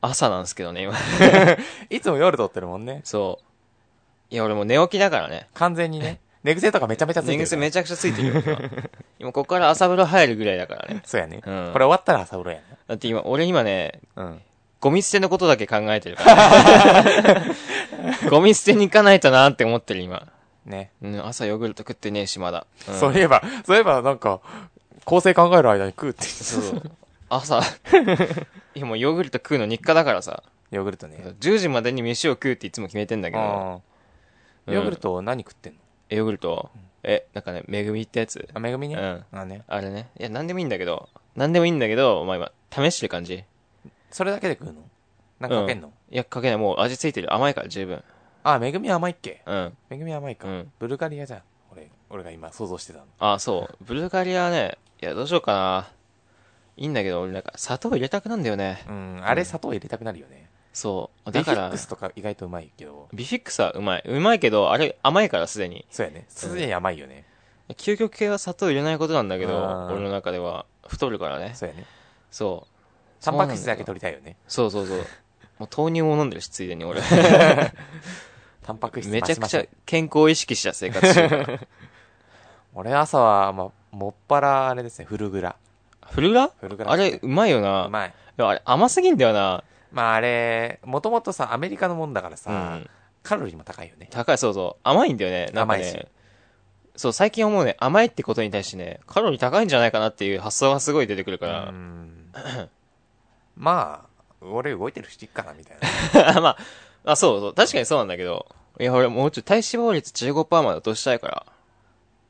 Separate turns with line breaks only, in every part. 朝なんですけどね、今。
いつも夜撮ってるもんね。
そう。いや、俺もう寝起きだからね。
完全にね。寝癖とかめちゃめちゃついて
寝
る。
癖めちゃくちゃついてるよ、今。今ここから朝風呂入るぐらいだからね。
そうやね。こ
うん
れ終わったら朝風呂やね。
だって今、俺今ね、
うん。
ゴミ捨てのことだけ考えてる から、ね。ゴミ捨てに行かないとなって思ってる今。
ね。
うん、朝ヨーグルト食ってねえし、まだ。うん
そういえば、そういえばなんか、構成考える間に食うって言っ
そ
てた
う。 朝。いやもうヨーグルト食うの日課だからさ。
ヨーグルトね。
10時までに飯を食うっていつも決めてんだけど。
あ
う
ー
ん
ヨーグルト何食ってんの
えヨーグルトえ、なんかね、めぐみってやつ。
あ、めぐみね。
う
あね。
あれね。いや、なんでもいいんだけど。なんでもいいんだけど、まあ今、試してる感じ。
それだけで食うのなんかかけんの、
いや、かけない。もう味ついてる。甘いから十分。
あ、めぐみ甘いっけ
うん。
めぐみ甘いか、
うん
ブルガリアじゃん。俺、俺が今想像してたの。
あ、そう。ブルガリアね。いや、どうしようかな。いいんだけど、俺なんか砂糖入れたくなんだよね。
うん、あれ砂糖入れたくなるよね。
そう。
だ
だ
か。
からら
ック、スとか意外とうまいけど。
ビフィックスはうまい。うまいけど、あれ甘いからすでに。
そうやね。すでに甘いよね。
究極系は砂糖入れないことなんだけど、
あー
俺の中では太るからね。
そうやね。
そう。
タンパク質だけ
そう
取りたいよね。
そうそうそう。もう豆乳も飲んでるし、ついでに 俺。
タンパク質
めちゃくち
増
ゃ
しましょう
健康を意識した生活してる から。
俺朝は、まあ、もっぱらあれですね、フルグラ。
フルラ
フルグラ。
あれ、うまいよな。
うまい。
いやあれ、甘すぎんだよな。
まああれ、もともとさ、アメリカのもんだから
う
さ、
ん。
カロリーも高いよね。
高い、そうそう。甘いんだよね。なんか
甘いし
ね。そう、最近思うね、甘いってことに対してね、カロリー高いんじゃないかなっていう発想がすごい出てくる
う
から。
ん。まあ、俺動いてるしいっかな、みたい な。
まあ、あ、そうそう。確かにそうなんだけど。いや、俺もうちょっと体脂肪率15%まで落としたいから。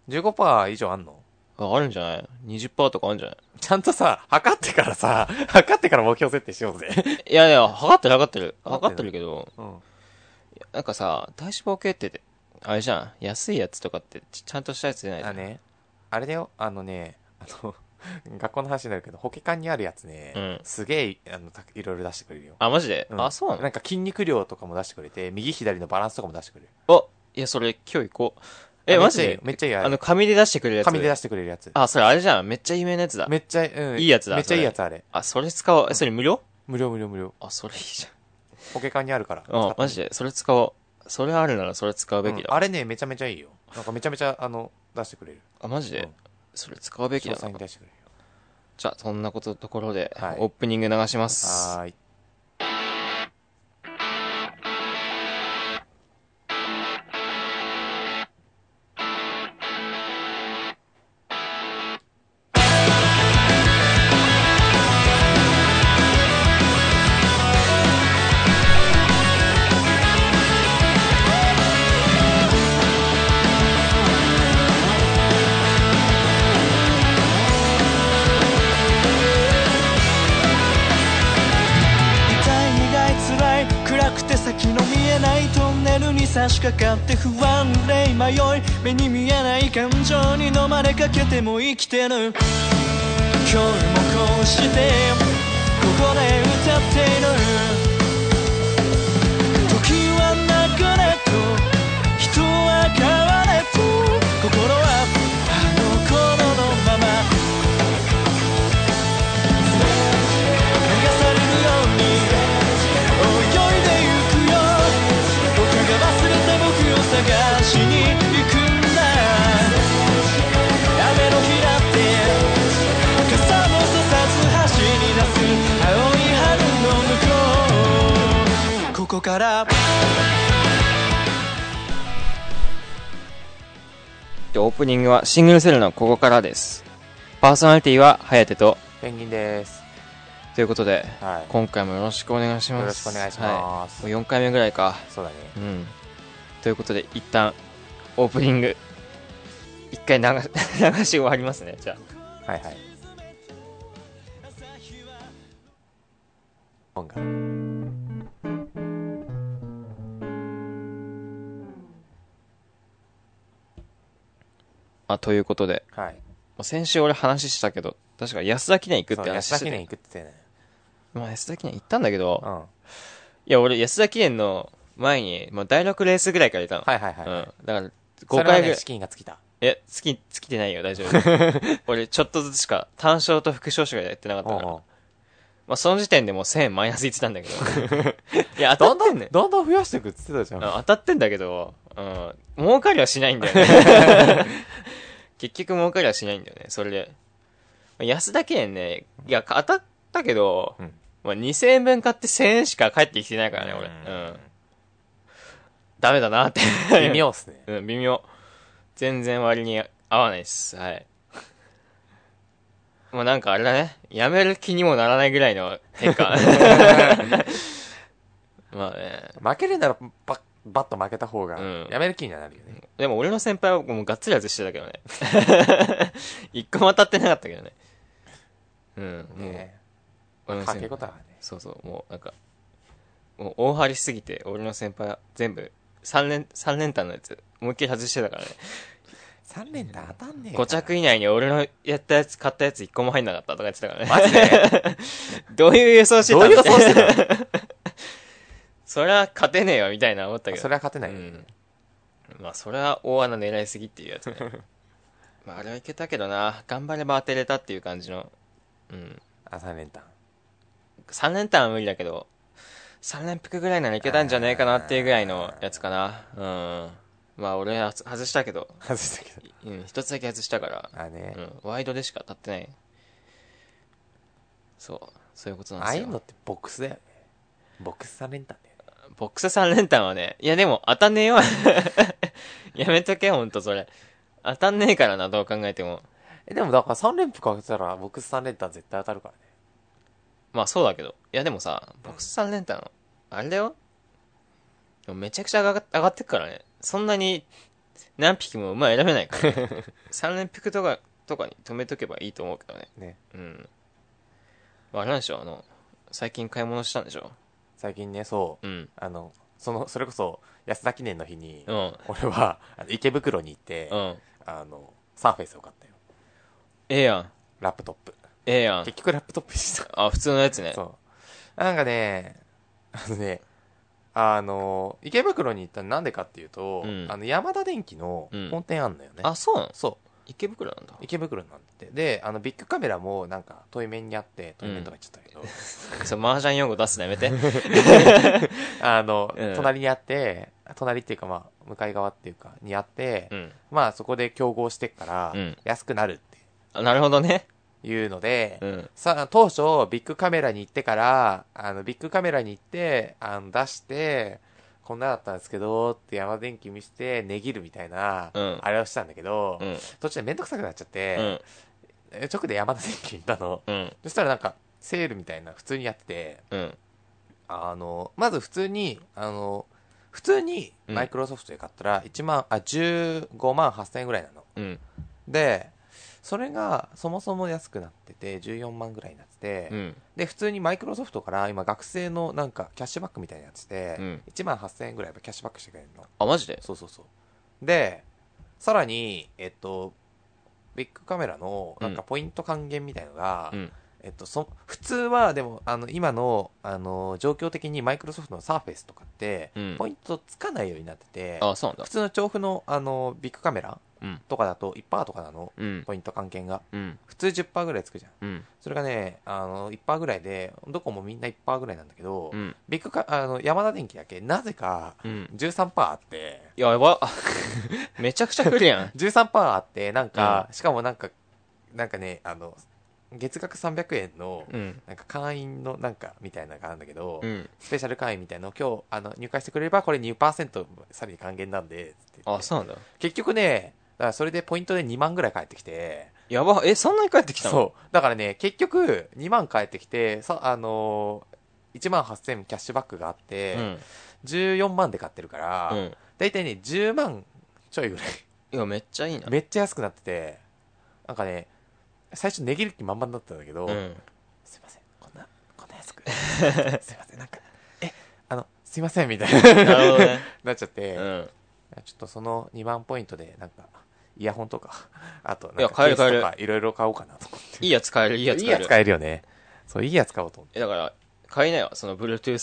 15%以上あんの
ああるんじゃない ?20% とかあるんじゃない
ちゃんとさ、測ってからさ、測ってから目標設定しようぜ。
いやいや、測ってる測ってる。
測
測
っ
ってて
る
るけど、
うん。
なんかさ、体脂肪計って、あれじゃん。安いやつとかって、ちちゃんとしたやつじゃないじゃ
あ
ん。
ね、あれだよ、あのね、あの、学校の話になるけど、保健館にあるやつね、
うん
すげえ、あの、たいろいろ出してくれるよ。
あ、マジで、
ん
あ、そうなの
なんか筋肉量とかも出してくれて、右左のバランスとかも出してくれる。
あ、いや、それ今日行こう。え、
あ
マジで
めっちゃいいめっちゃいいあれ
あの、紙で出してくれるやつ。
紙で出してくれるやつ。
あ、それあれじゃん。めっちゃ有名なやつだ。
めっちゃ、うん。
いいやつだ
めっちゃいいやつ
そ
あれ。
あ、それ使おう。え、それ無料
無料無料無料。
あ、それいいじ
保健館にあるから。
ゃん。うん、マジ
で
で。それ使おう。それあるならそれ使うべきだ。
あれね、めちゃめちゃいいよ。なんかめちゃめちゃ、あの、出してくれる。
あ、マジ
う
で
ん。
それ使うべき
詳
だ
細に
な。
出してくれるよ。
じゃあ、そんなこと、ところで
はい、
オープニング流します。
はーい。
痛い苦い辛い暗くて先の見えないトンネルに差し掛かって不安で迷い目に見えない感情に飲まれかけても生きてる今日もこうしてここで歌っている時は流れと人は変われと心はあの頃のまま流されるように泳いでゆくよ僕が忘れた僕を探しに行くんだ雨の日だって傘もささず走り出す青い春の向こうここから
でオープニングはシングルセルのここからです。パーソナリティは、颯と、
ペンギンです。
ということで、
はい。
今回もよろしくお願いします。
よろしくお願いします
はもう4回目ぐらいか。
そうだね。
うん。ということで、一旦、オープニング、一回流し、 流し終わりますね、じゃあ。
はいはい。音楽
あ、ということで、
は
ま
い。
あ先週俺話したけど、確か安田記念行くっ
そう
て話して
安田記念
て。
行くって言って
まあ安田記念行ったんだけ
た
ど、
よね。
いや俺安田記念の前に、まあ第6レースぐらいからいたの。
うん。はいはいはい。
うん。だから、
それ
5回
は
ぐら
ね、
い
資。金が尽きた。
え、尽き、尽きて ないよ、大丈夫。俺、ちょっとずつしか、単勝と副勝しかやってなかったか
おう
ら。
おう
まあ、その時点でもう1000円マイナス言ってたんだけど。 いや、当たってんねん。
だんだん増やしてくっつってたじゃん。
あ当たってんだけど、うん、儲かりはしないんだよね。 結局儲かりはしないんだよね、それで。まあ安田記念ね、いや、か当たったけど、
うん
まあ、2000円分買って1000円しか返ってきてないからね、俺。うん。ダメだなって。
微妙っす ね。
うん、微妙。全然割に合わないです。はい。まあなんかあれだね。やめる気にもならないぐらいの変 化。まあね。
負けるならバッ、バッと負けた方が
うん、
やめる気にはなるよね。
でも俺の先輩はもうがっつり外してたけどね。 一個も当たってなかったけどね。うん。
ね
もう俺の
かけ
先輩
ことはね。
そうそう、もうなんか、もう大張りしすぎて、俺の先輩は全部、3連、三連単のやつ、思いっきり外してたからね。
3連打当たんねえから。
5着以内に俺のやったやつ、買ったやつ1個も入んなかったとか言ってたからね。
マジで
どういう予想して
ど
た
ういう
の
予想してたの
そりゃ勝てねえよ、みたいな思ったけど。
それは勝てな
う
いよね
ん。。まあ、それは大穴狙いすぎっていうやつ ね。まあ、あれはいけたけどな。頑張れば当てれたっていう感じの。うん。
あ、3連単。
3連単は無理だけど、3連服ぐらいならいけたんじゃねえかなっていうぐらいのやつかな。うん。まあ、俺は外外したけど、
外したけど。
うん、一つだけ外したから、
あね
う。ん、ワイドでしか当たってない。そう、そういうことなんで
ああ
す
い
よ。
うのってボックスだよね。ボックス3連単だよね。
ボックス3連単はね、いやでも当たんねえわ。 やめとけ、ほんとそれ。当たんねえからな、どう考えても。
え、でもだから3連服当てたら、ボックス3連単絶対当たるからね。
まあそうだけど。いやでもさ、ボックス3連単、あれだよ。でもめちゃくちゃ上がっ上がってくからね。そんなに何匹も馬選べないから、 ね。3連服とか、とかに止めとけばいいと思うけどね。
ね。
うん。まあ、あれなんでしょあの、最近買い物したんでしょ
最近ね、そう。
うん。
あの、その、それこそ、安田記念の日に、
うん。
俺は、あの池袋に行って、
うん。
あの、サーフェイスを買ったよ。
ええやん。
ラップトップ。
ええやん
結。局ラップトップにした。
あ、普通のやつね。
そう。なんかね、あのね、あの、池袋に行ったのなんでかっていうと、
うん
あの、山田電機の
うん
本店あんのよね。
あ、そうなの
そう。
池袋なんだ。
池袋なんて。で、あの、ビッグカメラもなんか、対面にあって、対面とか言っちゃったけど、
そう、麻雀用語出すのやめて。
あの、
うん
隣にあって、隣っていうかまあ、向かい側っていうか、にあって、
うん。
まあ、そこで競合してっから
うん、
安くなるっ
あなるほどね。
ていうので、
うん。
さあ、当初、ビッグカメラに行ってから、あの、ビッグカメラに行って、あの、出して、こんなだったんですけど、って山電機見せて、値切るみたいな、
うん
あれをしたんだけど、
うん。
途中でめんどくさくなっちゃっ
う
て、
ん。
え直で山田電機に行ったの。
うん。
そしたらなんか、セールみたいな、普通にやってて、
うん。
あの、まず普通に、あの、普通に、
うん
マイクロソフトで買ったら、1万、あ、15万8000円ぐらいなの。
うん。
で、それが、そもそも安くなってて、14万ぐらいになってて、
うん。
で普通にマイクロソフトから今学生のなんかキャッシュバックみたいなやつで、
うん
1万8000円ぐらいやっぱキャッシュバックしてくれるの
あ、マジで
そうそうそうでさらにえっとビッグカメラのなんかポイント還元みたいのが、
うん。
えっと、そ普通はでもあの今のあの状況的にマイクロソフトのサーフェイスとかって、
うん
ポイントつかないようになってて
あ、そうなんだ
普。通の調布のあのビッグカメラ
うん
とかだと1%とかなの
うん。
ポイント還元が
うん。
普通10%ぐらいつくじゃん
うん。
それがね、あの、1%ぐらいで、どこもみんな1%ぐらいなんだけど、
うん。
ビッグカ、あの、山田電機だけ、なぜか、
うん。
13%あって、
やば。 めちゃくちゃ来るやん。
13%あって、なんか、しかもなんか、なんかね、あの、月額300円の、
うん。
なんか会員のなんか、みたいなのがあるんだけど、
うん。
スペシャル会員みたいなのを今日、あの、入会してくれれば、これ2%さらに還元なんで、つって言っ
あ、
て
そうなんだ。
結局ね、だからそれでポイントで2万ぐらい返ってきて、
やば。え、そんなに帰ってきたの
そう。だからね、結局、2万返ってきて、さ、あのー、1万8000キャッシュバックがあって、
うん。
14万で買ってるから、
うん。
だいたいね、10万ちょいぐ らい。
いや、めっちゃいいな。
めっちゃ安くなってて、なんかね、最初値切る気満々だったんだけど、
うん。
すいません、こんな、こんな安く。 すいません、なんか、え、あの、すいません、みたい
な
な、
るほどね。
なっちゃって、
うん。
ちょっとその2万ポイントで、なんか、イヤホンとか、あと、
い
な
や
んか、
買える買える
ケースとかいろいろ買おうかなと思って。
いいやつ買える、いいやつ
いい
買え
や
る
つ。買えるよね。そう、いいやつ買おうと思って
え、だから、買いなよ、その Bluetooth
ブル
用
ートゥー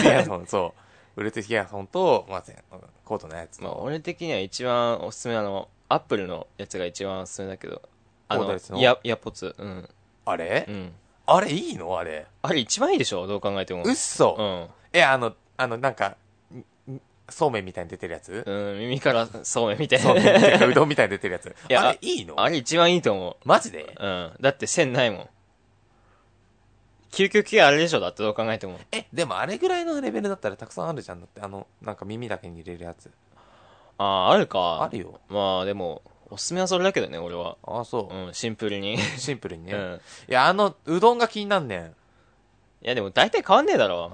スイヤホン、そう。ブルートゥースイヤホンと、まあ、せんコートのやつ。
まあ、俺的には一番おすすめなの、アップルのやつが一番おすすめだけど。あ
コードレ
の
ス、の
イヤ、イヤポツ。うん。
あれ
うん。
あれいいのあれ。
あれ一番いいでしょどう考えても。。
うっそう
ん。
え、あの、あの、なんか、んんそうめんみたいに出てるやつ
うん、耳からそうめんみたい
そうめん
な。
っていうかうどんみたいに出てるや つ。
いや
あれいいの
あれ一番いいと思
マジで
う。うん。だって線ないもん。救急系あれでしょだってどう考えても。
え、でもあれぐらいのレベルだったらたくさんあるじゃん。だって、あの、なんか耳だけに入れるやつ。
ああ、あるか。
あるよ。
まあでも、おすすめはそれだけどね、俺は。
ああ、そう
う。ん、シンプルに。
シンプルにね。
うん。
いや、あの、うどんが気になんねん。
いやでも大体変わんねえだろ。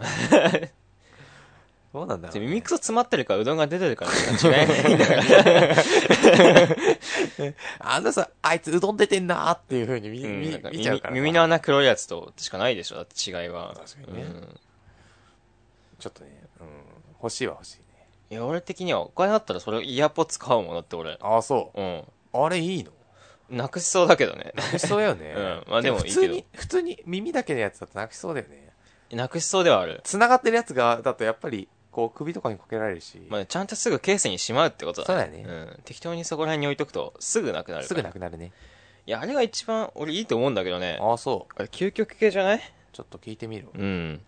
どうなんだろう、ね。
耳くそ詰まってるか、うどんが出てるかなんか違いないん だから。
あんなさ、あいつうどん出てんなーっていう風に見,、
うん
見
なんか
見ちゃうから。
耳耳の穴黒いやつとしかないでしょだって違いは。
確かにね
うん
ちょっとね、うん。欲しいは欲しいね。
いや、俺的にはお金あったらそれイヤポッツ買うもんだって俺。
ああ、そう
う。ん。
あれいいの
なくしそうだけどね。。
なくしそうだよね
うんまあでもいいけど
普通に、普通に耳だけのやつだとなくしそうだよね。
なくしそうではある。
繋がってるやつが、だとやっぱり、こう首とかにかけられるし、
まあ、ちゃんとすぐケースにしまうってことだ
そう
う
だ
ん。適当にそこら辺に置いとくと、すぐなくなる
す
から
ぐなくなるね。
いや、あれが一番俺いいと思うんだけどね。
ああ、そう。
あれ究極系じゃない
ちょっと聞いてみるわ。
うん。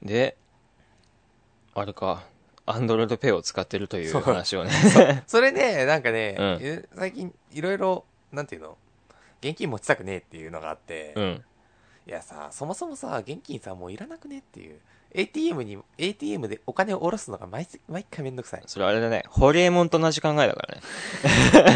で、あれか、アンドロイドペイを使ってるという
そう
話をね。
それね、なんかね、
うん
え最近いろいろ、なんていうの現金持ちたくねえっていうのがあって、
うん。
いやさ、そもそもさ、現金さ、もういらなくねっていう。ATM に、ATM でお金を下ろすのが毎月毎回めんどくさい。
それあれだね、ホリエモンと同じ考えだか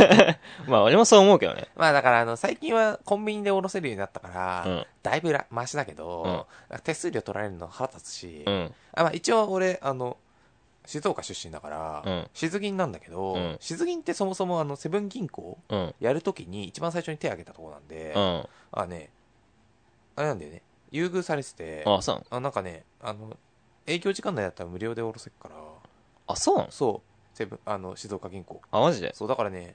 らね。 まあ、俺もそう思うけどね。
まあだから、あの、最近はコンビニで下ろせるようになったから、
うん
だいぶらマシだけど、手数料取られるの腹立つし、
うん。
あまあ一応俺、あの、静岡出身だから、
うん
静銀なんだけど、
うん
静銀ってそもそもあの、セブン銀行
うん。
やるときに一番最初に手挙げたとこなんで、
うん。
あね、あれなんだよね、優遇されてて、
あ、そうなの
あなんかね、あの、営業時間内だったら無料で下ろせっから、
あ、そうなの
そう、セブン、あの、静岡銀行。
あ、マジで
そう、だからね、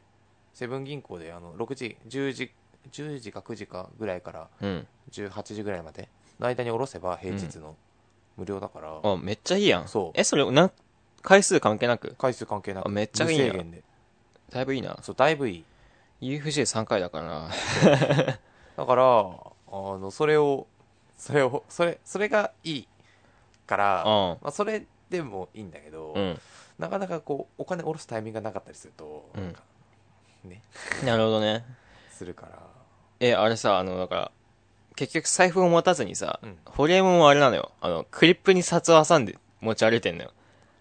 セブン銀行で、あの、6時、10時、10時か9時かぐらいから
うん。
18時ぐらいまでの間に下ろせば平日の無料だから、
あ、めっちゃいいやん。
そう
え、それ、なん、回数関係なく
回数関係な
あ
く、
めっちゃいいな
無制限で。
だいぶいいな。
そう、だいぶいい。
UFJ3 回だからな。
だから、あの、それを、それを、それ、それがいいから、
う
まあ、それでもいいんだけど、
ん。うん。
なかなかこう、お金下ろすタイミングがなかったりすると、
うん
なんかね、
なるほどね。
するから、
え、あれさ、あの、だから、結局財布を持たずにさ、
うん
ホリエモンはあれなのよ。あの、クリップに札を挟んで持ち歩いてんのよ。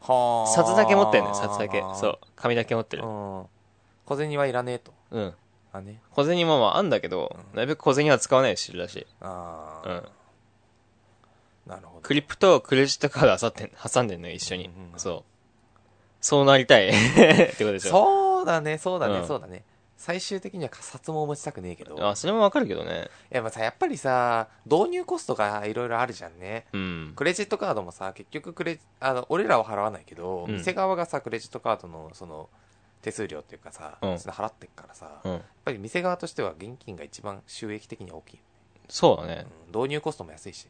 は。
札だけ持ってんのよ、札だけ。そうう。紙だけ持ってる。
うん。小銭はいらねえと。
うん。
あね。
小銭もまああんだけど、なるべく小銭は使わないようにしてるらしい。
あ
う
あ、
ん。
なるほど。
クリップとクレジットカードはさって挟んでんのよ、一緒に
うん。うん
そう。そうなりたい。 ってことでしょ。
そうだね、そうだ
う
ね、
ん
そうだね。最終的には札も持ちたくねえけど。い
あ、それもわかるけどね。
や、まあさ、やっぱりさ、導入コストがいろいろあるじゃんね。
うん。
クレジットカードもさ、結局クレジ、あの、俺らは払わないけど、
うん
店側がさ、クレジットカードの、その、手数料っていうかさ、
うん
それ払ってっからさ、やっ
うん。
ぱり店側としては現金が一番収益的には大きい。
そうだね。
うん導入コストも安いし。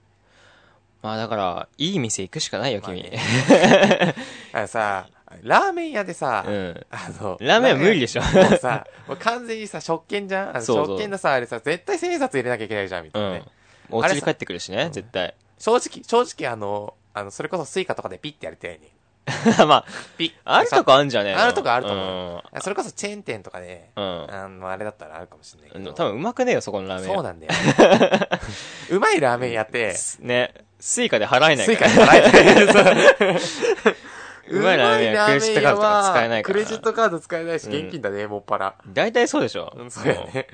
まあだから、いい店行くしかないよ、
まあ
君。
ねあのさ、ラーメン屋でさ、
うん。
あの、
ラーメンは無理でしょ。
もうさ、もう完全にさ、食券じゃんあの
そうそう
食券のさ、あれさ、絶対千円札入れなきゃいけないじゃん、みた
う
いなね。
ん。お家に帰ってくるしね、絶対。
正直、正直あの、あの、それこそスイカとかでピッてやりたいね。
まあ、
ピッ。
あるとこあるんじゃねえの
あるとこあると思
う
あそれこそチェーン店とかで、
うん
あの、あれだったらあるかもしれないけ
ん。で
ど。
も多分うまくねえよ、そこのラーメン屋。
そうなんだよ。 うまいラーメンやって、ス
ね。スイカで払えない
イ
か
カ
ら。
で払いたい。
うまいラーメン屋クレジットカードとか使えないから
うまラーメン屋はクレジットカード使えないし、現金だね、もっぱら。
大体そうでしょ。
そうやね。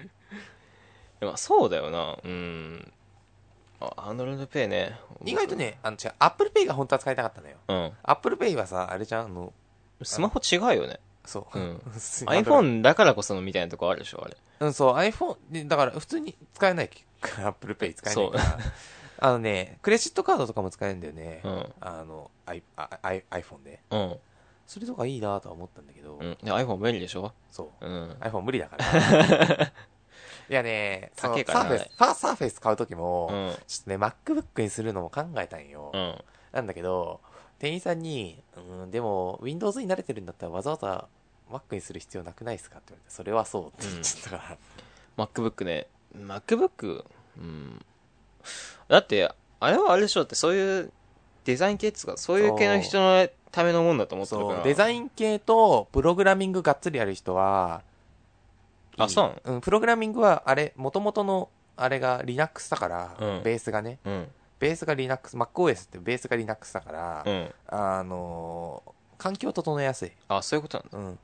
うん。まあそうだよな。うん。あ、アンドロイドペイね。
意外と。ね、あの、違う、アップルペイが本当は使いたかったのよ。
うん。
アップルペイはさ、あれじゃん、あの、
スマホ違うよね。
そう。
うん
すいません
iPhone だからこそのみたいなとこあるでしょ、あれ。
うん、そう、iPhone で、だから普通に使えない。Apple Pay 使えないから。 あのね、クレジットカードとかも使えるんだよね。
うん
あの、I、あ I、iPhone で。
うん。
それとかいいなとは思ったんだけど、
うん。で、iPhone 便利でしょ
そう。
うん。
iPhone 無理だから。い やね、その
高
サ
いから
ー
な
フェス、パーサーフェス買うときも、
うん。
ちょっとね、MacBook にするのも考えたんよ。
うん。
なんだけど、店員さんに、うん、でも、Windows に慣れてるんだったらわざわざ Mac にする必要なくないですかって言われて、それはそうって言っちゃったから。
MacBook ね。MacBook、うん。だって、あれはあれでしょだってそういうデザイン系っつうか、そういう系の人のためのもんだと思ってるか
そ
ら。
う、デザイン系とプログラミングがっつりやる人は、
あそうなの
うん、プログラミングはあれ、元々のあれが Linux だから、
うん
ベースがね、
うん。
ベースが Linux、MacOS ってベースが Linux だから、
うん。
あのー環境を整えやすい。
あ、そういうことなんだ。
うん。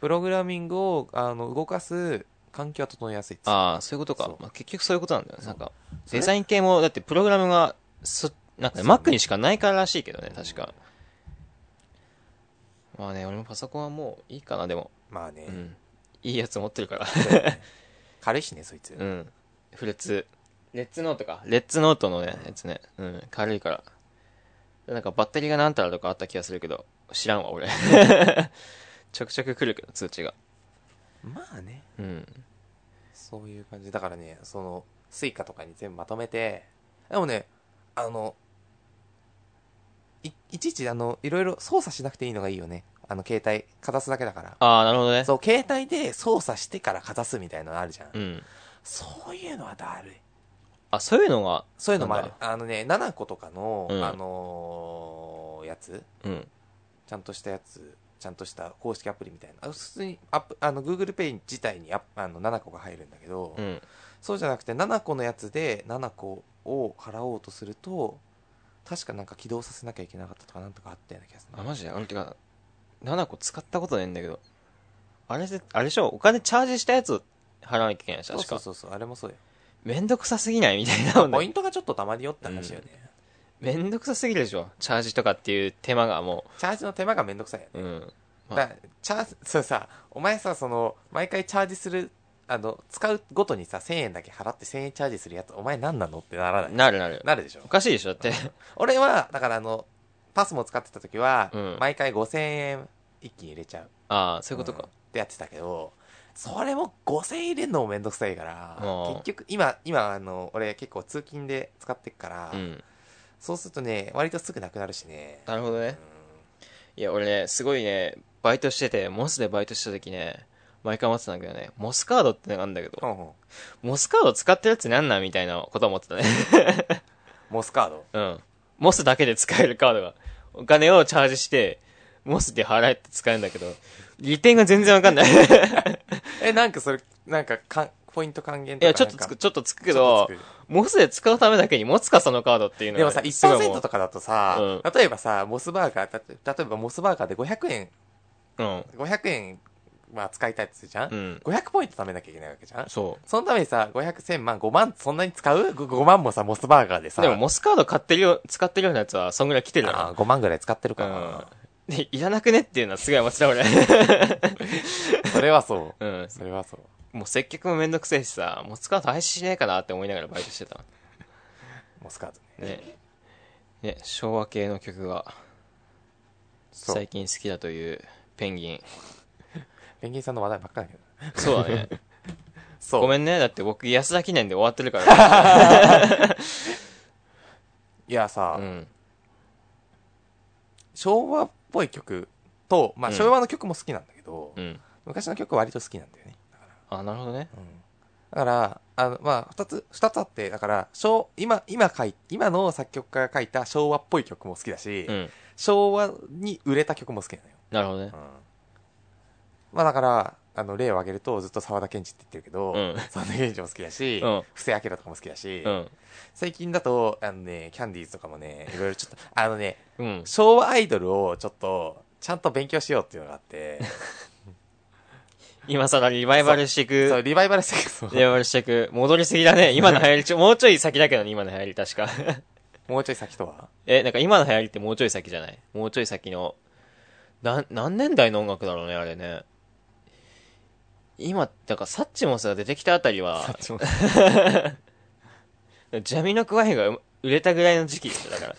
プログラミングをあの動かす環境は整えやすいっつ
ああ、そういうことか
そう。
まあ、結局そういうことなんだよね。
そう
なんか、
それ
デザイン系も、だってプログラムが、そ、なんかね、
そうね
Mac にしかないかららしいけどね、確か。まあね、俺もパソコンはもういいかな、でも。
まあね、
うん。いいやつ持ってるから。
軽いしね、そいつ。
うん。フレッツ。レッツノートか。レッツノートのね、やつね。うん。軽いから。なんかバッテリーがなんたらとかあった気がするけど、知らんわ、 俺。ちょくちょく来るけど、通知が。
まあね、
うん。
そういう感じ。だからね、その、スイカとかに全部まとめて、でもね、あの、いいちいち、あの、いろいろ操作しなくていいのがいいよね。あの、携帯、かざすだけだから。
ああ、なるほどね。
そう、携帯で操作してからかざすみたいなのあるじゃん。
うん。
そういうのはだるい。
あ、そういうのが、
そういうのもある
なん。
あのね、7個とかの、
うん
あのーやつ
うん。
ちゃんとしたやつ、ちゃんとした公式アプリみたいな。あ普通にアップ、あの、Google Pay 自体にアップあの7個が入るんだけど、
うん。
そうじゃなくて7個のやつで7個を払おうとすると、確かなんか起動させなきゃいけなかったとかなんとかあったような気がする
あ、
な。
マジであの、てか、7個使ったことないんだけど。あれで、あれでしょお金チャージしたやつを払わなきゃいけないでしょ
そう
確
そう
か。
そうそう、あれもそうよ。
めんどくさすぎないみたいなもんね
ポイントがちょっとたまりよって話よね。
めんどくさすぎるでしょチャージとかっていう手間がも
チャージの手間がめんどくさいよね。
う。うん。まあ
だチャージ、そうさ、お前さ、その、毎回チャージする、あの、使うごとにさ、1000円だけ払って1000円チャージするやつ、お前何なのってならない。
なるなる。
なるでしょ
お。かしいでしょだって。
俺は、だからあの、パスも使ってた時は、
うん
毎回5000円一気に入れちゃう。
ああ、そういうこと
ん
か
っ。てやってたけど、それも5000円入れるのもめんどくさいから
うん、
結局、今、今、あの、俺結構通勤で使ってっから、
うん。
そうするとね、割とすぐなくなるしね。
なるほど
うん
ね。いや、俺ね、すごいね、バイトしてて、モスでバイトした時ね、毎回思ってたんだけどね、モスカードってのがあるんだけ
う
ど、
んうん
モスカード使ってるやつなんなんみたいなこと思って たね。
モスカード。
うん。モスだけで使えるカードが。お金をチャージして、モスで払えって使えるんだけど、利点が全然わかんない。い
え、なんかそれ、なんかかん、ポイント還元とか
や、ちょっと
なんか
つく、ちょっとつくけ
ち
ど
ょっとつ、
モスで使うためだけに持つか、そのカードっていうの
でも
は
さ、
すごいもう
1%とかだとさ、
う
例えばさ、モスバーガー、た例えばモスバーガーで500円、
うん。
500円、まあ使いたいって言うじゃん、
うん
500ポイント貯めなきゃいけないわけじゃん
そ
そのためにさ、500、1000万、5万、そんなに使う ?5 万もさ、モスバーガーで
う。
さ、
でも、モスカード買ってるよ、使ってるようなやつは、そんぐらい来てるだろ
あー5万ぐらい使ってるかな。
うん。で、いらなくねっていうのはすごい思ってた俺。
それはそう
ん
う。。それはそう。
もう接客もめんどくせえしさ、もう使うと廃止しねえかなって思いながらバイトしてた。
モスカードね。
ね。ね、昭和系の曲が
そう
最近好きだというペンギ ン。
ペンギンさんの話題ばっかりだけど。
そうだね。
そう。
ごめんね。だって僕安田記念で終わってる から。
いやさ、
うん。
昭和っぽい曲と、まあ
うん
昭和の曲も好きなんだけど、
うん。
昔の曲割と好きなんだよね。だから
あ、なるほどね。
だから、あの、まあ、二つ、二つあって、だから、昭、今、今書い、今の作曲家が書いた昭和っぽい曲も好きだし、
うん。
昭和に売れた曲も好きなのよ。
なるほどね。
まあだから、あの、例を挙げると、ずっと沢田研二って言ってるけど、
うん
沢田研二も好きだし、
うん
布施明とかも好きだし、
うん。
最近だと、あのね、キャンディーズとかもね、いろいろちょっと、あのね、
うん。
昭和アイドルをちょっと、ちゃんと勉強しようっていうのが あって、
今更リバイバルしてい
そう、
く。
リバイバルしてくそう
リバイバルしていく。戻りすぎだね。今の流行りちょ、もうちょい先だけどね、今の流行り確か。
もうちょい先とは
え、なんか今の流行りってもうちょい先じゃないもうちょい先の、なん、何年代の音楽だろうね、あれね。今、だからサッチモスが出てきたあたりは、ジャミのクワイがう売れたぐらいの時期でしょ、だから。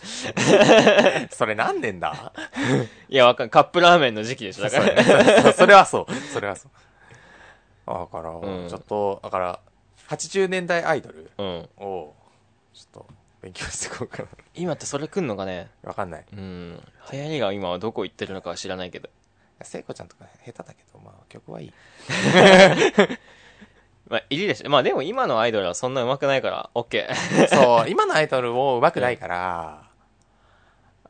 それ何年だ
いや、わかん、カップラーメンの時期でしょ、だから。
そうそれはそう。それはそう。だから、
うん
ちょっと、だから、80年代アイドル
うん。
を、ちょっと、勉強していこうかな。
今ってそれ来んのかね
わかんない。
うん。流行りが今はどこ行ってるのかは知らないけど。
聖子ちゃんとか下手だけど、まあ、曲はいい。
まあ、いるでしょ。まあでも今のアイドルはそんな上手くないから、オッケー。
そう、今のアイドルも上手くないから、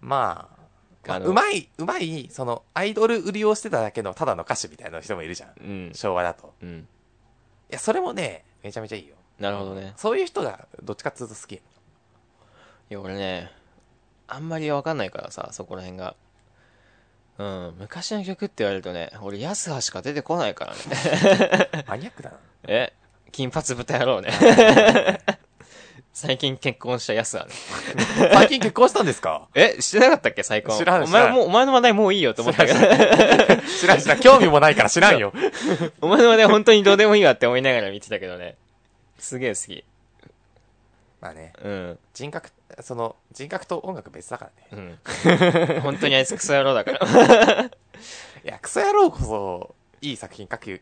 まあ、まあ
あの
うまい、うまい、その、アイドル売りをしてただけのただの歌手みたいな人もいるじゃん。
うん。
昭和だと。
うん。
いや、それもね、めちゃめちゃいいよ。
なるほどね。
そういう人が、どっちかっつうと好 き。
いや、俺ね、あんまりわかんないからさ、そこら辺が。うん、昔の曲って言われるとね、俺、安葉しか出てこないからね。
マニアックだな。
え金髪豚野郎 ね。最近結婚した安葉ね。
最近結婚したんですか
えしてなかったっけ再婚。
知らん
お
知
前
らん
もう、お前の話題もういいよと思ったけど、
知らん知らん。興味もないから知らんよ。
お前の話題本当にどうでもいいわって思いながら見てたけどね。すげえ好き。
まあね、
うん。
人格、その、人格と音楽別だからね。
うん。本当にあいつクソ野郎だから。
いや、クソ野郎こそ、いい作品書く、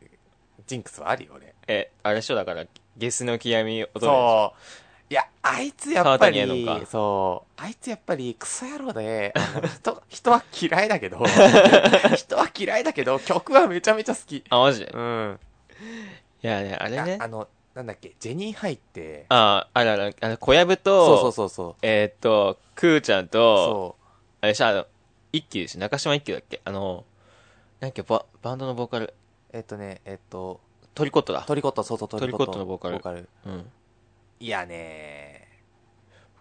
ジンクスはあるよ、俺。
え、あれでしょだから、ゲスの極み乙女
そう。いや、あいつやっ
川
ぱ
谷絵音
り
か、
そう。あいつやっぱりクソ野郎で、あの人、 人は嫌いだ けど、人は嫌いだけど、曲はめちゃめちゃ好き。
あ、マジで
うん。
いやね、あれね
あ。あの、なんだっけ、ジェニーハイって、
あ、あれあれ、あれ、小籔と、
そうそうそうそう。
えーっと、くーちゃんと、
そ
あれでしょあの、一休でしょ中島一休だっけあの、なんかババンドのボーカル、
う。えっとね、えっと、
トリコットだ。
トリコット、そうそう、トリコ
トリ
ット。
コットのボーカルうん。
いやね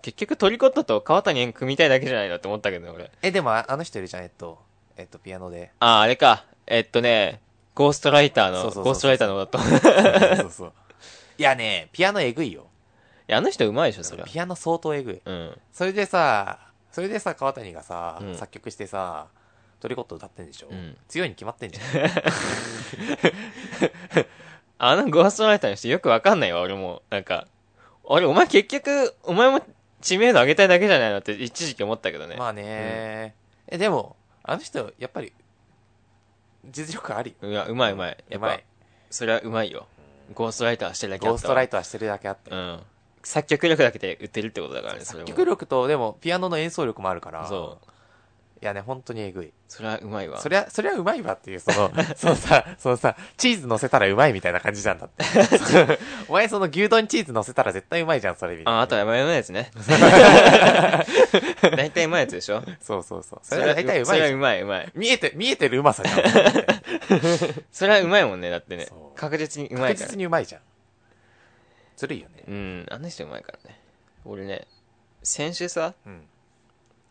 結局トリコットと川谷円組みたいだけじゃないのって思ったけどね、俺。
え、でもああの人いるじゃん、えっと、えっと、ピアノ で。
あ、あれか。えっとね、ゴーストライターの、
そうそうそうそう
ゴーストライターのだと。い
そうそうそう。いやねピアノえぐいよ。
や、あの人うまいでしょ、それは。
ピアノ相当えぐい。
うん。
それでさ、それでさ、川谷がさ、
うん
作曲してさ、トリコット歌ってんでしょ、
うん
強いに決まってんじゃん。
あのゴーストライターの人よくわかんないわ、俺も。なんか、あれ、お前結局、お前も知名度上げたいだけじゃないのって一時期思ったけど ね。
まあね、え、でも、あの人、やっぱり、実力あり。
うわうまいうまい。や
う
っ
ま
ぱ
い。、
それはうまいよ。ゴーストライターしてるだけあ
ゴ
っ
ース
た
ト
わ
ライターしてるだけあって。
うん。作曲力だけで売ってるってことだからね、それ
作
も。
曲力と、でも、ピアノの演奏力もあるから。
そう。
いやね、本当にえぐい。
それはうまいわ。
そりゃ、そりゃうまいわっていう、そ の、そのさ、そのさ、チーズ乗せたらうまいみたいな感じじゃん だって。お前その牛丼にチーズ乗せたら絶対うまいじゃん、それみたいな。
あ、あとはマヨネーズ ね。大体うまいやつでしょ
そうそうそう。それは大体うま
そ
い
れ
じ
は
ゃん
うまい、うまい。
見えて、見えてるうまさじゃん。
それはうまいもんね、だってね
そ。う
確実にうま
確
いから
実。にうまいじゃん。ずるいよね。
うん、あの人うまいからね。俺ね、先週さ、
うん。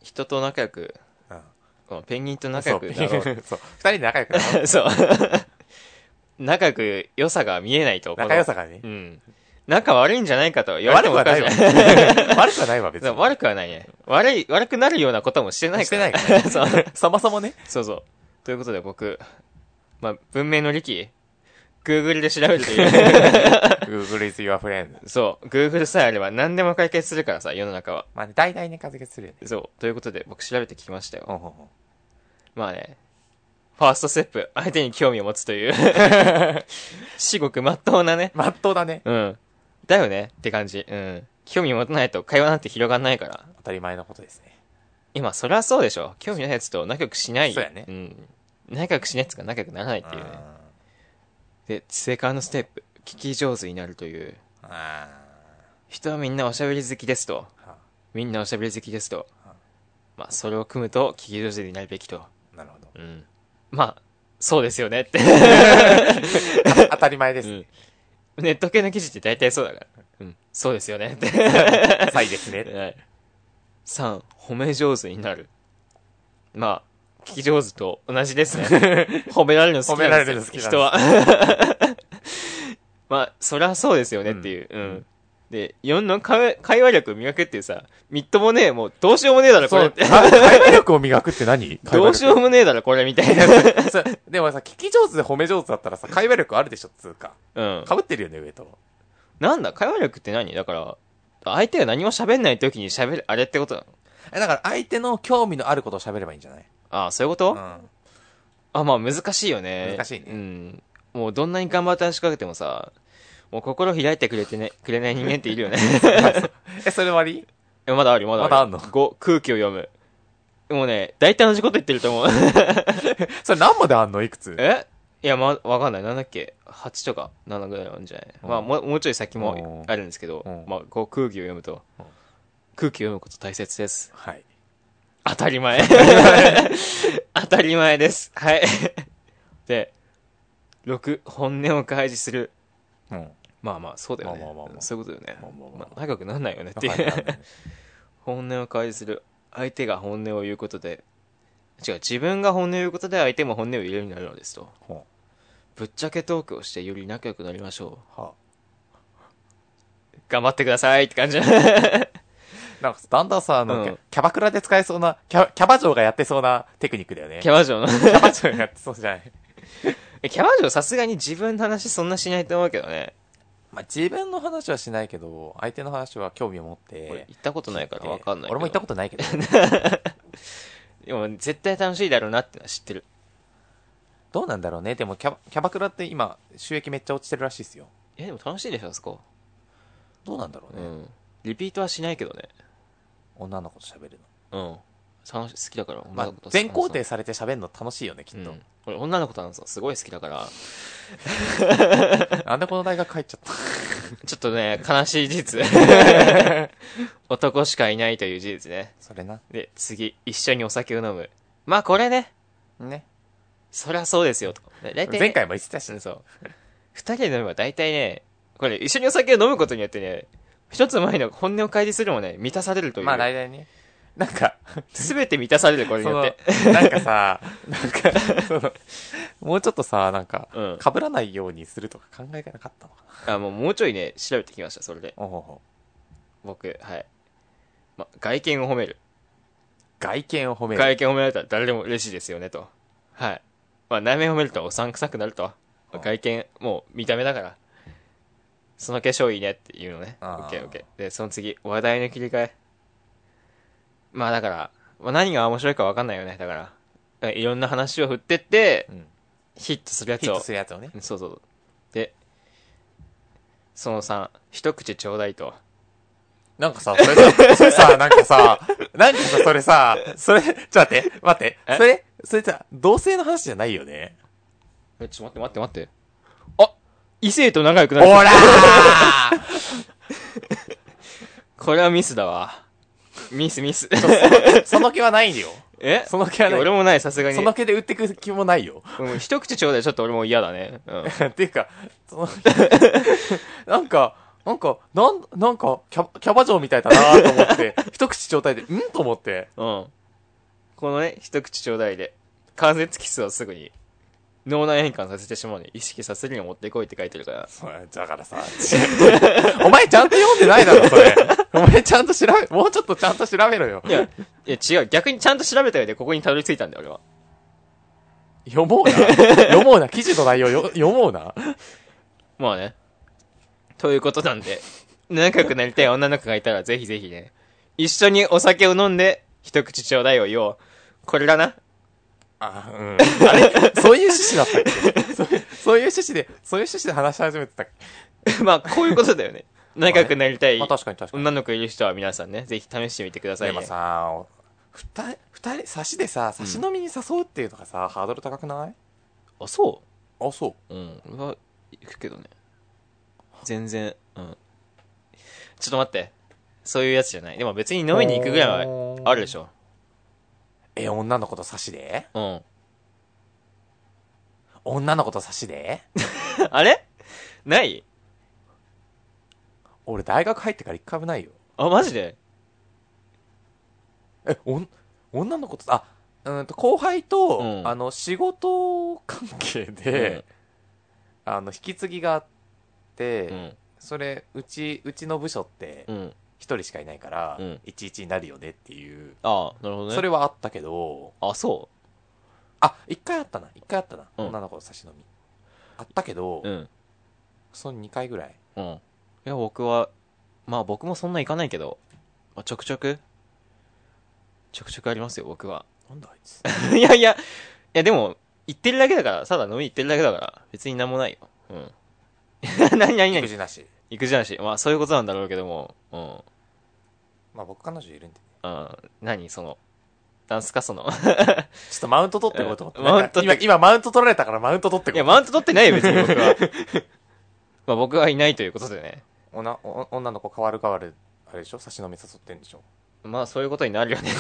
人と仲良く、
うん。
このペンギンと仲
そ
良
う。 そ
く
う。二
なろう。
人で仲良くなろ
そう。 仲良く良さが見えないと。
う。仲良さがね
この。うん。仲悪いんじゃないかと言われ
悪
て
く
も
は
おかし
ない
く
わ
ない。。
悪くはないわ、別
そ
に。
う悪くはないね。悪い、悪くなるようなこともしてない
し
か
て
ら。
ないからね。
そう。
そもそもね。
そうそう。ということで僕、まあ、文明の利器、Google で調べると いう。
Google is your friend.
そう。Google さえあれば何でも解決するからさ、世の中は。
まあね、大々ね、風がするよね。
そう。ということで僕調べて聞きました
ほ
よ。
んほんほん
まあね。ファーストステップ、相手に興味を持つという。 至極真っ当なね。
まっとうだね。
うん。だよねって感じ。うん。興味持たないと会話なんて広がんないから。
当たり前のことですね。
今、そりゃそうでしょ。興味ないやつと仲良くしない。
そうやね
ん。仲良くしないやつが仲良くならないっていうね。で、セカンドステップ、聞き上手になるという。
うんあ
人はみんなおしゃべり好きですと。
ーは
みんなおしゃべり好きですと。まあ、それを組むと、聞き上手になるべきと。
あなるほど。
うん。まあ、そうですよねって。
あ当たり前です。
ネット系の記事って大体そうだから。うん。そうですよねって。
はいですね。
はい。3、褒め上手になる。まあ、聞き上手と同じですね。 褒められるの好きなんですよ。
褒められるの好きなんです
人は。 まあ、そりゃそうですよねっていう。うん。で、4の会会話力磨くっていうさ、みっともねえ、もうどうしようもねえだろ、これ
そ
っ
う、
て。
あ会話力を磨くって何
どうしようもねえだろ、これ、みたいな。
そうでもさ、聞き上手で褒め上手だったらさ、会話力あるでしょ、つうか。
うん。
被ってるよね、上と。
なんだ、会話力って何だから、相手が何も喋んない時に喋る、あれってことなの
え、だから相手の興味のあることを喋ればいいんじゃない
ああ、そういうこと、
うん。
あ、まあ難しいよね。
難しいね
うん。もうどんなに頑張って話しかけてもさ、もう心開いてくれてね、くれない人間っている よね。
え、それ終わり
えまだあるよ、まだある。
まだあんの
?5、空気を読む。 もうね、大体同じこと言ってると思う。
それ何まであんのいくつ
えいや、ま、わかんない。なんだっけ ?8 とか7ぐらいなんじゃない、
うん
まあもう、もうちょい先
うん
もあるんですけど、
うん
まあ、こう空気を読むと、
うん
空気を読むこと大切です。
はい。
当たり前。 当たり前です。はい。で、6、本音を開示する。
うん。ま
まあまあ、そうだよね。
まあまあまあまあ
そういうことだよね。
まあまあまあ
まあ仲良くなんないよねっ
あ
てい
はいは
う。
い
本音を開示する。相手が本音を言うことで、違う、自分が本音を言うことで相手も本音を言えるようになるのですと。
ほんは
ぶっちゃけトークをしてより仲良くなりましょ
あ
う。頑張ってくださいって感じ。
なんか、だんだんさ、あの、
うん
キャバクラで使えそうな、キャキャバ嬢がやってそうなテクニックだよ ね。
キャバ嬢の。
キャバ嬢がやってそうじゃない。
キャバ嬢さすがに自分の話そんなしないと思うけどね。
まあ、自分の話はしないけど、相手の話は興味を持って。
俺行ったことないからわかんないけど。
俺も行ったことな いけど。
でも絶対楽しいだろうなってのは知ってる。
どうなんだろうね。でもキャバ、キャバクラって今、収益めっちゃ落ちてるらしいですよ。
え、でも楽しいでしょ、あそこ。
どうなんだろう
う
ね。
ん。リピートはしないけどね。
女の子と喋る
うん。楽し、好きだから、
の。ま
女
あ
の子と、
全肯定されて喋るの楽しいよね、き
う
っと
ん。。俺、女の子と話すのすごい好きだから、
なんでこの大学入っちゃった
ちょっとね、悲しい事実。 男しかいないという事実ね。
それな。
で、次、一緒にお酒を飲む。まあ、これね。
ね。
そりゃそうですよ、と。で大体、
前。回も言ってたし
う。ん、そう。二人で飲めば大体ね、これ、一緒にお酒を飲むことによってね、一つ前の本音を開示するもね、満たされるとい
まあ、大
う。
体ね。なんか、
すべて満たされる、これに
そ
よっ
の
て。、
なんかさ、なんか、その、もうちょっとさ、なんか、
うん
被らないようにするとか考えがなかったのかな。
あ、もう、もうちょいね、調べてきました、それで。
おうおうおう
僕、はい。ま、外見を褒める。
外見を褒める。
外見を褒められたら誰でも嬉しいですよね、と。はい。まあ、内面を褒めるとおさんくさくなると。
うん
外見、もう見た目だから。その化粧いいねっていうのね。オ
あー
ッケーオッケー。で、その次、話題の切り替え。まあだから、まあ、何が面白いか分かんないよね、だから。だからいろんな話を振ってって
う、ん。
ヒットするや
ヒ
つ
ッ
を
ト。するやつをね
う。んそうそうそう。で、その3、一口ちょうだいと。
なんかさ、それ さ、それさ、なんかさ、なんかさ、それさ、それ、ちょっと待って、待って、
え
それ、それさ、同性の話じゃないよね。
え、ちょっと待って待って待って。あ異性と仲良くな
ほ
る。
らー
これはミスだわ。ミスミス。
その気はないよ。
え
その気はない
や俺もない、さすがに。
その気で売ってく気もないよ。
うん一口ちょうだい、ちょっと俺も嫌だね。うん。
っていうか、その、なんか、なんか、なん、なんか、キャバキャバ嬢みたいだなと思 って、一口状態で、うんと思って、
うん。このね、一口ちょうだいで、関節キスをすぐに、脳内変換させてしまうね。意識させるに持ってこいって書いてるから。
それだからさ、 お前ちゃんと読んでないだろ、それ。お前ちゃんと調べ、もうちょっとちゃんと調べろよ。
いや、いや違う。逆にちゃんと調べた上でここにたどり着いたんだよ、俺は。
読もうな。読もうな。記事の内容よ読もうな。
まあね。ということなんで、仲良くなりたい女の子がいたらぜひぜひね、一緒にお酒を飲んで、一口ちょうだいを言おう。これだな。
あ、うん。あれそういう趣旨だったっけそうそういう趣旨で、そういう趣旨で話し始めてたっ け
まあ、こういうことだよ ね。仲良くなりたい
まあ確かに確かに。
女の子いる人は皆さんね、ぜひ試してみてください
で
ね
も。さ、お二人、二人、差しでさ、差し飲みに誘うっていうのがさ、ハードル高くない
あ、そ
あ、そう
うん。俺は、行くけどね。全然、うん。ちょっと待って。そういうやつじゃない。でも別に飲みに行くぐらいはあるでしょ。
う。え、女の子と差しで
うん。
女の子と差しで
あれない
俺大学入ってから一回もないよ。
あ、マジで
え、おん、女の子と、あ、うーんと、後輩と、
うん
あの、仕事関係で、あの、引き継ぎがあって、
うん。
それ、うち、うちの部署って
う、ん。
一人しかいないから
うん、
いちいちになるよねっていう、
ああ、なるほどね。
それはあったけど、
あ、そ
あ、一回あったな、一回あったな、
うん
女の子の差し飲み。あったけど、
ううん。
その2回ぐらい。
うん。いや、僕は、まあ僕もそんな行かないけど、まあ、ちょくちょく、ちょくちょくありますよ、僕は。
なんだあいつ。
いやいや、いやでも、行ってるだけだから、ただ飲み行ってるだけだから、別になんもないよ。うん。 何何
育
何
児なし。
行くじゃんし。まあそういうことなんだろうけども、うん。
まあ僕彼女いるんでね。
うん。何その、なんすか、その。
ちょっとマウント取ってこようと思って。
マウント
なんか今、今マウント取られたからマウント取ってこ
い
よ
や、
う。
マウント取ってないよ、別に僕は。まあ僕はいないということでね。
おなお女の子変わる変わる、あれでしょ差し飲み誘ってんでしょ
まあそういうことになるよね。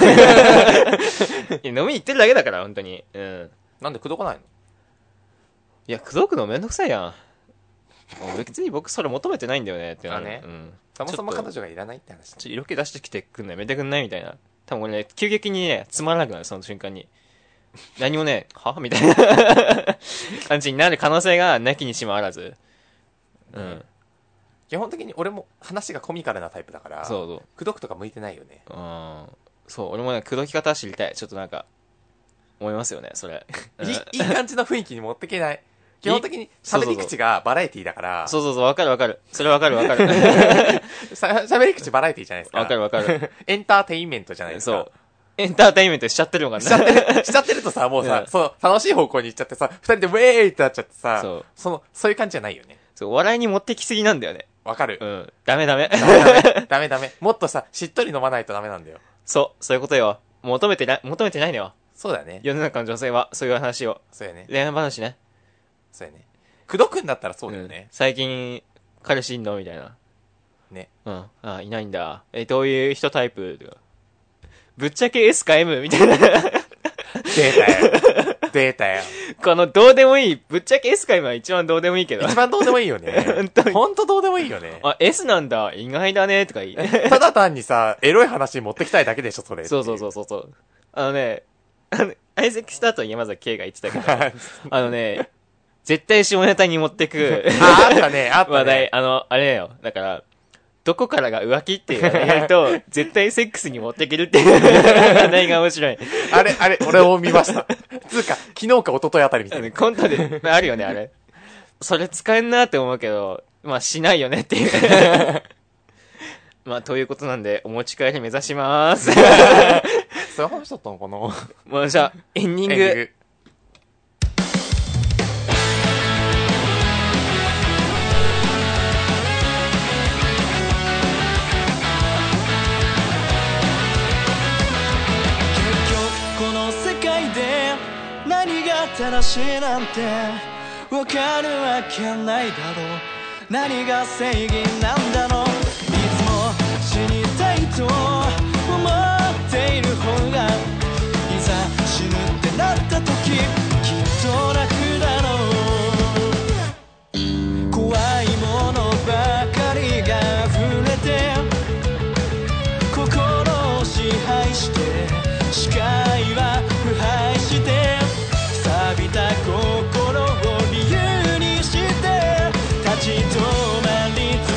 いや飲みに行ってるだけだから、本当に。うん。
なんで口説かないの
いや、口説くのめんどくさいやん。もう別に僕それ求めてないんだよねってなる。
あね
うん。
そもそも
ちょっと
彼女がいらないって話。
ちょ色気出してきてくんないめてくんないみたいな。多分俺ね、急激にね、つまらなくなる、その瞬間に。何もね、 はみたいな 感じになる可能性がなきにしもあらず。うん。
基本的に俺も話がコミカルなタイプだから、
そうそう。
口説くとか向いてないよね。
うん。そう、俺もね、口説き方知りたい。ちょっとなんか、思いますよね、それ。うん
いいいい感じの雰囲気に持ってけない。基本的に
そう
喋
そうそう
り口がバラエティだから、
そうそうそう、わかるわかる。それわかるわかる。
さ喋り口バラエティじゃないですか。
わかるわかる。
エンターテインメントじゃないです
そ
か
う。。エンターテインメントしちゃってるのかな。
しちゃって る、しちゃってるとさ、もう
う
さ
ん、
そう、楽しい方向に行っちゃってさ、二人でウェーイってなっちゃってさ、
そう
その、そういう感じじゃないよね。
そう、笑いに持ってきすぎなんだよね。
わかる
う。ん。ダメダ メ。
ダメダメ。ダメダメ。もっとさ、しっとり飲まないとダメなんだよ。
そう、そういうことよ。求めてな、求めてないのよ。
そうだよね。
世の中の女性は、そういう話を。
そうやね。
恋愛話ね。
そうやね。くどくんだったらそうだよ
ん
ね。
最近、彼氏いんのみたいな。
ね。
うん。ああ、いないんだ。え、どういう人タイプとかぶっちゃけ S か M? みたいな。
出たよ。出たよ。
この、どうでもいい。ぶっちゃけ S か M は一番どうでもいいけど
一。番どうでもいいよね。
本当に
ほんとどうでもいいよね。
あ、S なんだ。意外だね。とかいい。
ただ単にさ、エロい話に持ってきたいだけでしょ、それ。
そうそうそうそうそう。あのね、あの、相席スタートに山崎圭が言ってたけど、
あ
あのね、絶対下ネタに持ってく
あったね、あったね。
話題、あの、あれだよ。だから、どこからが浮気っていう話題やる と、絶対セックスに持ってけるっていう話題が面白い。
あれ、あれ、俺も見ました。つうか、昨日か一昨日あたりみた
あ
いな
の。コントで、あるよね、あれ。それ使えんなって思うけど、まあしないよねっていう。 まあ、ということなんで、お持ち帰り目指し ます。
そういう話だったのかな
もうじゃあ、エンディング。
エンディング
結局この世界で何が正しいなんてわかるわけないだろう何が正義なんだろういつも死にたいと思っている方がいざ死ぬってなった時きっと楽だろう怖いものばかりが溢れて心を支配して視界は腐敗して錆びた心を理由にして立ち止まり続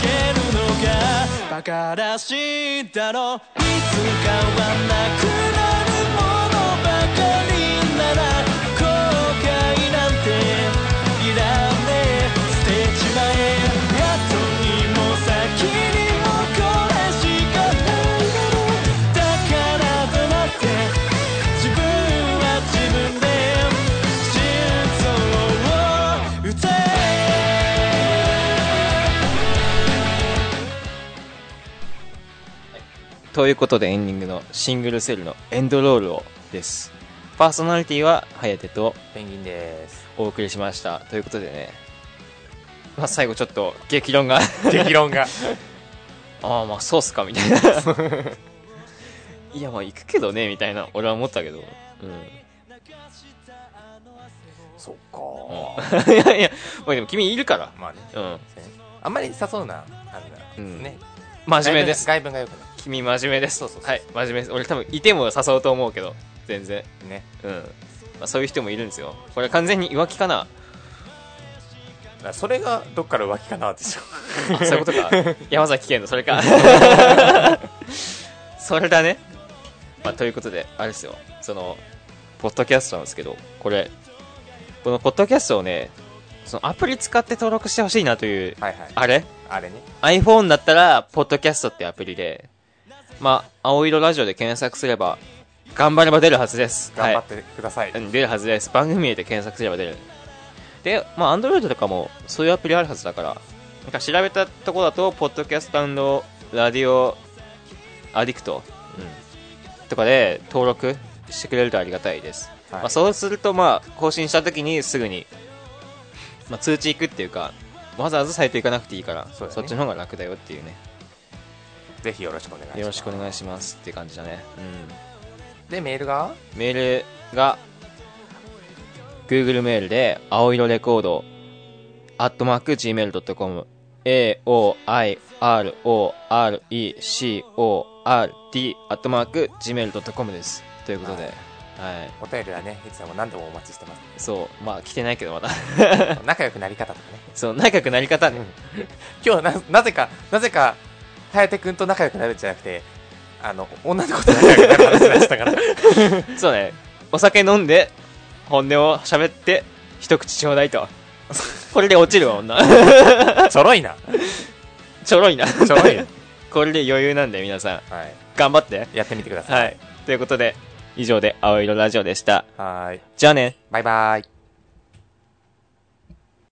けるのが馬鹿らしいだろいつかはなくなるものばかりなら後悔なんていらねえ捨てちまえ後にも先にもこれしかないだろうだから黙って自分は自分で心臓を打て
ということでエンディングのシングルセルのエンドロールをですパーソナリティは颯と
ペンギンです。
お送りしましたということでね、まあ、最後ちょっと激論が
激 論が。
ああまあそうっすかみたいな いやまあ行くけどねみたいな俺は思ったけど、う
そっか
ん、いやいや、まあ、でも君いるから、
まあね。
うん、
あんまり誘うな、あれだ。
うん
ね。
真面目です
外文が外文が良
君真面目です
そうそうそう
はい真面目です俺多分いても誘うと思うけど全然
くない。ね。
うん、まあ、そういう人もいるんですよこれ完全に浮気かな
だからそれがどっから浮気かなでしょ。
あ そういうことか山崎県のそれ かそれだね、まあ、ということであれですよそのポッドキャストなんですけどこれこのポッドキャストをねそのアプリ使って登録してほしいなという
はいはい。
あれ
あれね。
iPhone だったらポッドキャストってアプリでまあ青色ラジオで検索すれば頑張れば出るはずです
頑張
はい
ってください。
うん出るはずです。番組名で検索すれば出る。で、まあ、Android とかもそういうアプリあるはずだから、なんか調べたとこだと、ポッドキャストラディオアディクト、うん、とかで登録してくれるとありがたいです、
はい
まあ、そうするとまあ更新した時にすぐに、まあ、通知いくっていうかわざわざサイト行かなくていいから
そうだね
っちの方が楽だよっていうね
ぜひよろしくお願いします
よろしくお願いしますっていう感じだね、
でメールが
うん、メールが Google メールで青色レコードアットマーク Gmail.com aoirorecord アットマーク Gmail.com ですということで、はい、
お便りはねいつでも何でもお待ちしてます
そうまあ来てないけどまだ
仲良くなり方とかね
そう仲良くなり方ね、
今日ななぜかなぜか颯君と仲良くなるんじゃなくてあの女の子と仲良くなる話になっちゃったから
そうねお酒飲んで本音を喋って一口ちょうだいとこれで落ちるわ女
ちょろいな
ちょろいな
ちょろいな
これで余裕なんで皆さん
はい
頑張って
やってみてください
はいということで以上で青色ラジオでした
はーい
じゃあね
バイバイ